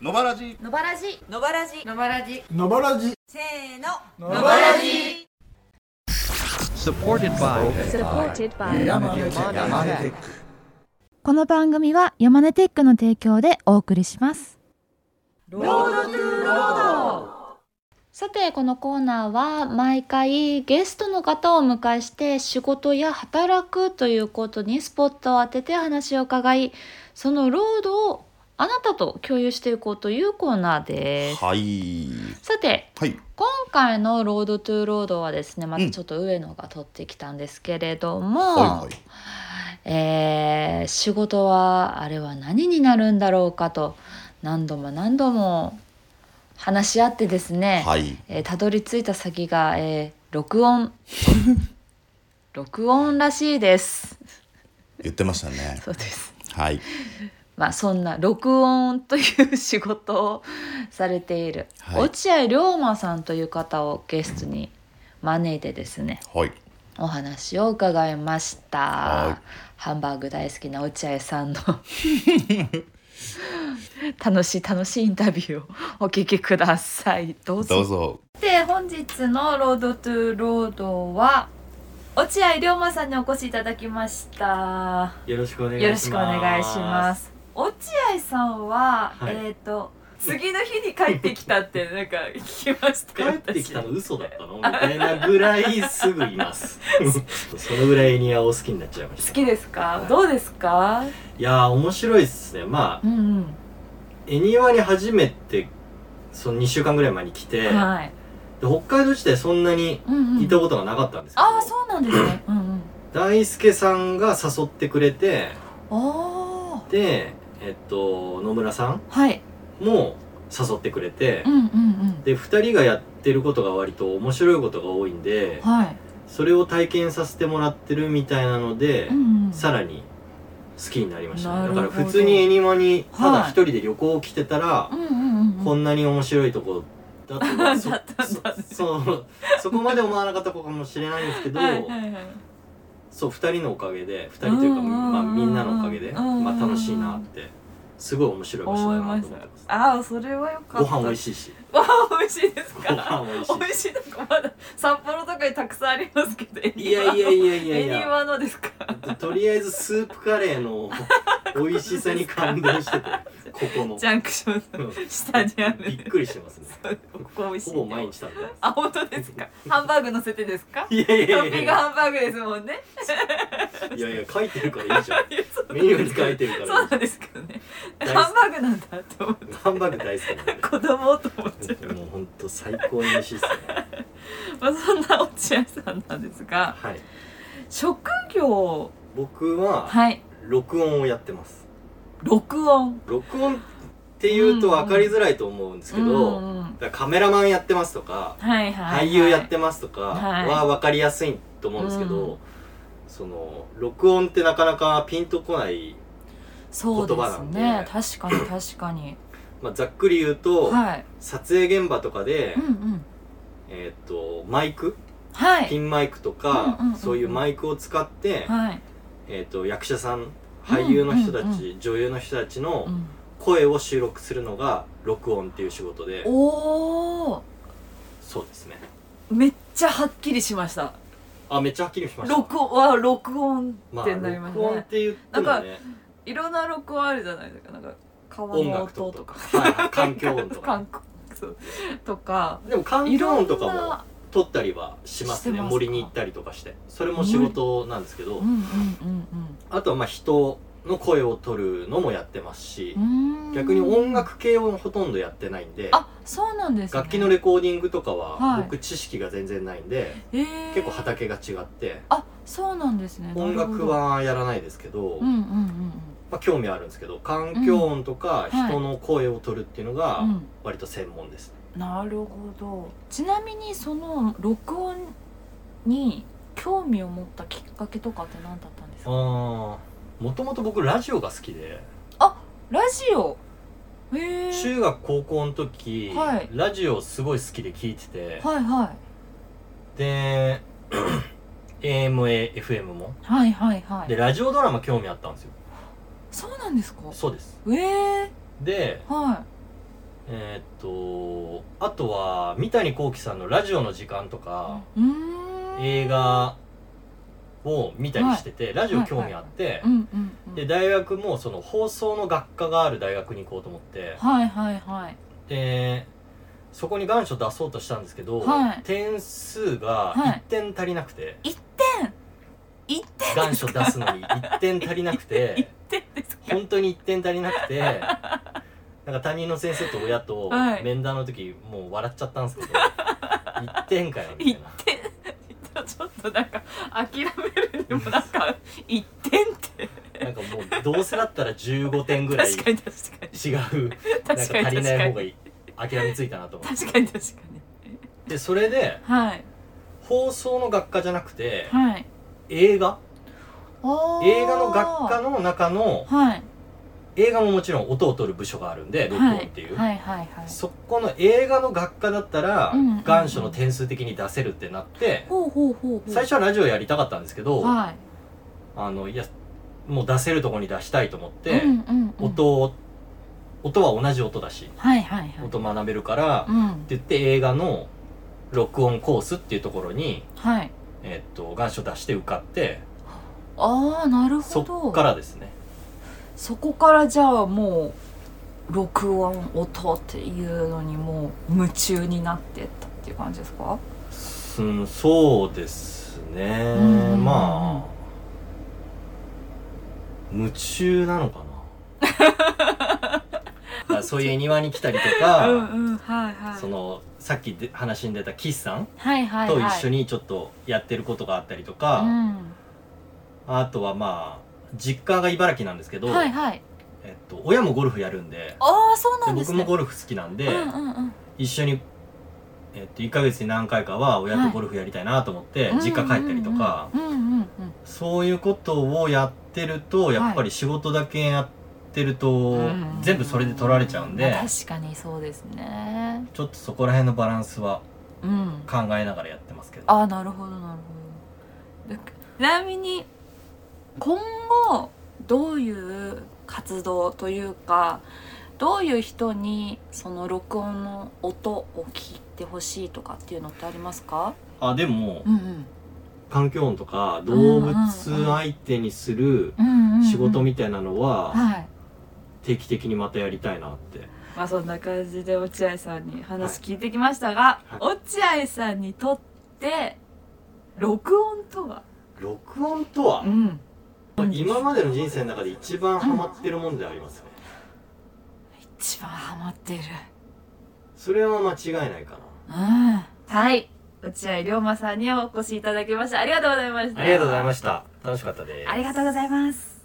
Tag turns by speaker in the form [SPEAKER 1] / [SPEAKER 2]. [SPEAKER 1] 野ばらじ
[SPEAKER 2] のばらじ
[SPEAKER 3] のばらじ
[SPEAKER 2] のばらじ
[SPEAKER 4] のばらじ
[SPEAKER 3] せーの
[SPEAKER 4] の
[SPEAKER 2] ばらじ
[SPEAKER 5] supported by
[SPEAKER 6] Supported by
[SPEAKER 4] 山根テック
[SPEAKER 7] この番組は山根テックの提供でお送りしますさてこのコーナーは毎回ゲストの方をお迎えして仕事や働くということにスポットを当てて話を伺いその労働をあなたと共有していこうというコーナーです
[SPEAKER 1] はい
[SPEAKER 7] さて
[SPEAKER 1] はい
[SPEAKER 7] 今回の「ロードトゥーロード」はですねまたちょっと上野が取ってきたんですけれども、
[SPEAKER 1] はいはい
[SPEAKER 7] えー仕事はあれは何になるんだろうかと何度も何度も話し合ってですね、
[SPEAKER 1] はい
[SPEAKER 7] えーたどり着いた先が、えー録音 録音らしいです
[SPEAKER 1] 言ってましたね
[SPEAKER 7] そうです
[SPEAKER 1] はい
[SPEAKER 7] まあそんな録音という仕事をされている、
[SPEAKER 1] はい
[SPEAKER 7] 落合龍馬さんという方をゲストに招いてですね
[SPEAKER 1] はい
[SPEAKER 7] お話を伺いました、
[SPEAKER 1] はい
[SPEAKER 7] ハンバーグ大好きな落合さんの 楽しい楽しいインタビューをお聞きくださいどうぞ
[SPEAKER 1] どうぞ
[SPEAKER 7] で本日の「ロードトゥロードは落合龍馬さんにお越しいただきました
[SPEAKER 8] よろしくお願いします。
[SPEAKER 7] よろしくお願いします落合さんは、
[SPEAKER 8] はい
[SPEAKER 7] えっ、と次の日に帰ってきたってなんか聞きました
[SPEAKER 8] 帰
[SPEAKER 7] よ
[SPEAKER 8] ってきたの
[SPEAKER 7] 私
[SPEAKER 8] 嘘だったのみたいなぐらいすぐいます。 そのぐらいに青好きになっちゃいまし
[SPEAKER 7] 好
[SPEAKER 8] た。
[SPEAKER 7] きですかどうですか
[SPEAKER 8] いやー面白いっすね。まあ
[SPEAKER 7] うん
[SPEAKER 8] 恵庭に初めてその2週間ぐらい前に来て、
[SPEAKER 7] うんはい、
[SPEAKER 8] で北海道自体そんなに
[SPEAKER 7] うんうん、
[SPEAKER 8] 行ったことがなかったんですけど、
[SPEAKER 7] ああそうなんですね。うんうん。
[SPEAKER 8] 大輔さんが誘ってくれて
[SPEAKER 7] あ
[SPEAKER 8] でえっと野村さん
[SPEAKER 7] あはい。
[SPEAKER 8] も誘ってくれて
[SPEAKER 7] う、んうんうん。
[SPEAKER 8] で2人がやってることが割と面白いことが多いんで、
[SPEAKER 7] はい。
[SPEAKER 8] それを体験させてもらってるみたいなので、
[SPEAKER 7] うんうん。
[SPEAKER 8] さらに好きになりました、
[SPEAKER 7] な
[SPEAKER 8] ね、
[SPEAKER 7] る
[SPEAKER 8] だ
[SPEAKER 7] ほ
[SPEAKER 8] か
[SPEAKER 7] ど
[SPEAKER 8] ら普通にエニマにただ
[SPEAKER 7] は
[SPEAKER 8] 一
[SPEAKER 7] い
[SPEAKER 8] 人で旅行来てたら、
[SPEAKER 7] うんうんうんう
[SPEAKER 8] こ
[SPEAKER 7] ん。
[SPEAKER 8] んなに面白いとこだと
[SPEAKER 7] だ
[SPEAKER 8] は
[SPEAKER 7] っ
[SPEAKER 8] そ
[SPEAKER 7] たんだ
[SPEAKER 8] そそうそこまで思わなかった子かもしれないんですけど、
[SPEAKER 7] はいはいはい。
[SPEAKER 8] そう2人のおかげで2人というか、
[SPEAKER 7] うんうんうんうん
[SPEAKER 8] まあ、みんなのおかげで、
[SPEAKER 7] うん
[SPEAKER 8] まあ、楽しいなってすごい面白い場所
[SPEAKER 7] 思
[SPEAKER 8] だ
[SPEAKER 7] い
[SPEAKER 8] な
[SPEAKER 7] ま
[SPEAKER 8] と
[SPEAKER 7] し
[SPEAKER 8] 思ってます
[SPEAKER 7] た。ああそれはよか
[SPEAKER 8] ご
[SPEAKER 7] った。
[SPEAKER 8] 飯美味
[SPEAKER 7] い。
[SPEAKER 8] しいし
[SPEAKER 7] ご飯美味しいです
[SPEAKER 8] ご飯
[SPEAKER 7] か。
[SPEAKER 8] 美味し
[SPEAKER 7] 美味しいとこまだ札幌とかにたくさんありますけど。
[SPEAKER 8] いいやいやいやいや
[SPEAKER 7] エ
[SPEAKER 8] い
[SPEAKER 7] ニ
[SPEAKER 8] や
[SPEAKER 7] ワのですか。
[SPEAKER 8] とりあえずスープカレーの美味しさに感動しててここの
[SPEAKER 7] ジャンクション
[SPEAKER 8] うん
[SPEAKER 7] の下にある
[SPEAKER 8] びっ。くりしてますね
[SPEAKER 7] ここ美味しい。
[SPEAKER 8] ほぼ毎。日食べてます
[SPEAKER 7] あ本当ですか。ハンバーグ乗せてですか。
[SPEAKER 8] いやい
[SPEAKER 7] ト
[SPEAKER 8] や
[SPEAKER 7] ッ
[SPEAKER 8] い
[SPEAKER 7] ピ
[SPEAKER 8] や
[SPEAKER 7] ン
[SPEAKER 8] い
[SPEAKER 7] グ
[SPEAKER 8] や
[SPEAKER 7] ハンバーグですもんね。
[SPEAKER 8] いやいや書いてるからいいじゃん
[SPEAKER 7] いやそう
[SPEAKER 8] メニューに書いてるから
[SPEAKER 7] そ
[SPEAKER 8] いうい
[SPEAKER 7] なんですけどね。
[SPEAKER 8] 大好き
[SPEAKER 7] ハンバーグなんだって思って
[SPEAKER 8] じゃんハンバーグ大好きなんで
[SPEAKER 7] 子供と思っちゃう。
[SPEAKER 8] もう本当最高に美味しいっすね
[SPEAKER 7] まあそんな落合さんなんですが、
[SPEAKER 8] はい
[SPEAKER 7] 職業
[SPEAKER 8] 僕は
[SPEAKER 7] はい
[SPEAKER 8] 録音をやってます
[SPEAKER 7] 録音
[SPEAKER 8] 録音っていうと分かりづらいと思うんですけ
[SPEAKER 7] う
[SPEAKER 8] ど
[SPEAKER 7] んうん
[SPEAKER 8] だからカメラマンやってますとか
[SPEAKER 7] はいはい、はい、
[SPEAKER 8] 俳優やってますとか
[SPEAKER 7] はい
[SPEAKER 8] は分かりやすいと思うんですけ
[SPEAKER 7] う
[SPEAKER 8] どその録音ってなかなかピンとこない
[SPEAKER 7] そうで
[SPEAKER 8] 言葉
[SPEAKER 7] す
[SPEAKER 8] なん
[SPEAKER 7] ね
[SPEAKER 8] で
[SPEAKER 7] 確かに確かに
[SPEAKER 8] まあざっくり言うと
[SPEAKER 7] はい
[SPEAKER 8] 撮影現場とかで
[SPEAKER 7] うんうん
[SPEAKER 8] えーっとマイク
[SPEAKER 7] は
[SPEAKER 8] ピ
[SPEAKER 7] い
[SPEAKER 8] ンマイクと
[SPEAKER 7] うんうん
[SPEAKER 8] か
[SPEAKER 7] うんうん
[SPEAKER 8] そういうマイクを使って、
[SPEAKER 7] はい
[SPEAKER 8] えー、と役者さん俳優の人たち、
[SPEAKER 7] うんうん
[SPEAKER 8] 女優の人たちの
[SPEAKER 7] うん
[SPEAKER 8] 声を収録するのが録音っていう仕事で
[SPEAKER 7] おお
[SPEAKER 8] そうですね
[SPEAKER 7] めっちゃはっきりしました
[SPEAKER 8] あめっちゃはっきりしました
[SPEAKER 7] 録音は録音
[SPEAKER 8] ま
[SPEAKER 7] っ
[SPEAKER 8] あ
[SPEAKER 7] てなりました
[SPEAKER 8] 録
[SPEAKER 7] ね、
[SPEAKER 8] 音って言ってもね
[SPEAKER 7] いろんな録音あるじゃないですかなんか川
[SPEAKER 8] 音
[SPEAKER 7] の
[SPEAKER 8] 楽
[SPEAKER 7] 音
[SPEAKER 8] と
[SPEAKER 7] と
[SPEAKER 8] か
[SPEAKER 7] か
[SPEAKER 8] はいはい環境音とか
[SPEAKER 7] 環境そうとか
[SPEAKER 8] でも環
[SPEAKER 7] い
[SPEAKER 8] 境
[SPEAKER 7] ろん
[SPEAKER 8] 音
[SPEAKER 7] な
[SPEAKER 8] とかも撮ったりはします
[SPEAKER 7] して
[SPEAKER 8] ね
[SPEAKER 7] ますか
[SPEAKER 8] 森に行ったりとかしてそれも仕事なんですけど、
[SPEAKER 7] うんうんうん
[SPEAKER 8] あとはまあ人の声を撮るのもやってますし
[SPEAKER 7] う、んうーん
[SPEAKER 8] 逆に音楽系をほとんどやってないんで
[SPEAKER 7] あそうなんです、ね、
[SPEAKER 8] 楽器のレコーディングとか
[SPEAKER 7] はい
[SPEAKER 8] は僕知識が全然ないんで、
[SPEAKER 7] えー
[SPEAKER 8] 結構畑が違って
[SPEAKER 7] あそうなんですね
[SPEAKER 8] 音楽はやらないですけど、
[SPEAKER 7] なるほどうんうんうん
[SPEAKER 8] まあ、興味あるんですけど環境音とか
[SPEAKER 7] うんはい
[SPEAKER 8] 人の声を取るっていうのが
[SPEAKER 7] うん
[SPEAKER 8] 割と専門です、ね
[SPEAKER 7] うんなるほどちなみにその録音に興味を持ったきっかけとかって何だったんですか
[SPEAKER 8] あーもともと僕ラジオが好きで
[SPEAKER 7] ラジオへえ
[SPEAKER 8] 中学高校の時、
[SPEAKER 7] はい
[SPEAKER 8] ラジオすごい好きで聞いてて、
[SPEAKER 7] はいはい
[SPEAKER 8] で AMAFM も
[SPEAKER 7] はいはいは
[SPEAKER 8] で
[SPEAKER 7] い
[SPEAKER 8] ラジオドラマ興味あったんですよ
[SPEAKER 7] そうなんですか
[SPEAKER 8] そうです
[SPEAKER 7] ええ
[SPEAKER 8] で
[SPEAKER 7] はい
[SPEAKER 8] えーっとあとは三谷幸喜さんのラジオの時間とか、
[SPEAKER 7] うーん
[SPEAKER 8] 映画を見たりしてて、ラジオ興味あって、
[SPEAKER 7] うんうんうん
[SPEAKER 8] で大学もその放送の学科がある大学に行こうと思って
[SPEAKER 7] はいはいはい
[SPEAKER 8] でそこに願書出そうとしたんですけど、
[SPEAKER 7] はい
[SPEAKER 8] 点数が
[SPEAKER 7] はい
[SPEAKER 8] 1点足りなくて、
[SPEAKER 7] 一点一点
[SPEAKER 8] 願書出すのに1点足りなく て
[SPEAKER 7] 点ですか
[SPEAKER 8] 本当に1点足りなくてなんか担任の先生と親と
[SPEAKER 7] はい
[SPEAKER 8] 面談の時もう笑っちゃったんですけど、1点かよみたいな
[SPEAKER 7] ちょっとなんか諦めるにもなんか 一点って
[SPEAKER 8] なんかもうどうせだったら15点ぐらい違
[SPEAKER 7] 確
[SPEAKER 8] う
[SPEAKER 7] かに確かに
[SPEAKER 8] なんか
[SPEAKER 7] 確かに
[SPEAKER 8] 足りない方が
[SPEAKER 7] い
[SPEAKER 8] いい諦めついたなと思って
[SPEAKER 7] 確かに確かに
[SPEAKER 8] でそれで
[SPEAKER 7] はい
[SPEAKER 8] 放送の学科じゃなくて
[SPEAKER 7] はい
[SPEAKER 8] 映画
[SPEAKER 7] おー
[SPEAKER 8] 映画の学科の中の
[SPEAKER 7] はい
[SPEAKER 8] 映画ももちろん音を取る部署があるんで録音っていう、
[SPEAKER 7] はいはいはいはい
[SPEAKER 8] そこの映画の学科だったら
[SPEAKER 7] うんうんうん
[SPEAKER 8] 願書の点数的に出せるってなって
[SPEAKER 7] ほうほうほうほう
[SPEAKER 8] 最初はラジオやりたかったんですけど
[SPEAKER 7] は
[SPEAKER 8] あのいやもう出せるとこに出したいと思っ
[SPEAKER 7] い
[SPEAKER 8] て
[SPEAKER 7] うんうんうん
[SPEAKER 8] 音を音は同じ音だし
[SPEAKER 7] はいはいはい
[SPEAKER 8] 音学べるからっ
[SPEAKER 7] う
[SPEAKER 8] て
[SPEAKER 7] ん
[SPEAKER 8] 言って映画の録音コースっていうところに、
[SPEAKER 7] はい
[SPEAKER 8] えっと願書出して受かって
[SPEAKER 7] ああなるほ
[SPEAKER 8] そ
[SPEAKER 7] ど
[SPEAKER 8] っからですね
[SPEAKER 7] そこからじゃあもう録音音っていうのにもう夢中になってったっていう感じですか
[SPEAKER 8] うん、そうですね
[SPEAKER 7] うん
[SPEAKER 8] まあ夢中な のかなあそういう庭に来たりとか、
[SPEAKER 7] うんはいは
[SPEAKER 8] そのさっきで話に出た岸さん
[SPEAKER 7] はいはい
[SPEAKER 8] と
[SPEAKER 7] はい
[SPEAKER 8] 一緒にちょっとやってることがあったりとか、
[SPEAKER 7] うん
[SPEAKER 8] あとはまあ実家が茨城なんですけど、
[SPEAKER 7] はいはい
[SPEAKER 8] えっと、親もゴルフやるんで
[SPEAKER 7] ああそうな
[SPEAKER 8] で
[SPEAKER 7] んで
[SPEAKER 8] 僕
[SPEAKER 7] す
[SPEAKER 8] も
[SPEAKER 7] ね
[SPEAKER 8] ゴルフ好きなんで、
[SPEAKER 7] うんうんうん
[SPEAKER 8] 一緒に、えっと、1ヶ月に何回かは親とゴルフやりたいなと思って、実家帰ったりとか。
[SPEAKER 7] うんうんうんうん
[SPEAKER 8] そういうことをやってるとやっぱり仕事だけやってると、
[SPEAKER 7] うん
[SPEAKER 8] 全部それで取られちゃうんで、
[SPEAKER 7] まあ確かにそうですね
[SPEAKER 8] ちょっとそこら辺のバランスは
[SPEAKER 7] うん
[SPEAKER 8] 考えながらやってますけど
[SPEAKER 7] ああなるほどなるほどでちなみに今後どういう活動というかどういう人にその録音の音を聞いてほしいとかっていうのってありますか
[SPEAKER 8] あでも、
[SPEAKER 7] うん
[SPEAKER 8] 環境音とか動物相手にする
[SPEAKER 7] うんうんうん
[SPEAKER 8] 仕事みたいなのは
[SPEAKER 7] はい
[SPEAKER 8] 定期的にまたやりたいなって
[SPEAKER 7] まあそんな感じで落合さんに話聞いてきましたが、
[SPEAKER 8] はい
[SPEAKER 7] 落合さんにとって録音とは、
[SPEAKER 8] 録音とは、
[SPEAKER 7] ん、
[SPEAKER 8] 今までの人生の中で一番ハマってるもんでありますね
[SPEAKER 7] 一番ハマってる
[SPEAKER 8] それは間違いないか
[SPEAKER 7] はい。落合龍馬さんにお越しいただきました。ありがとうございました。
[SPEAKER 8] なありがとうございました楽しかったです
[SPEAKER 7] ありがとうございます。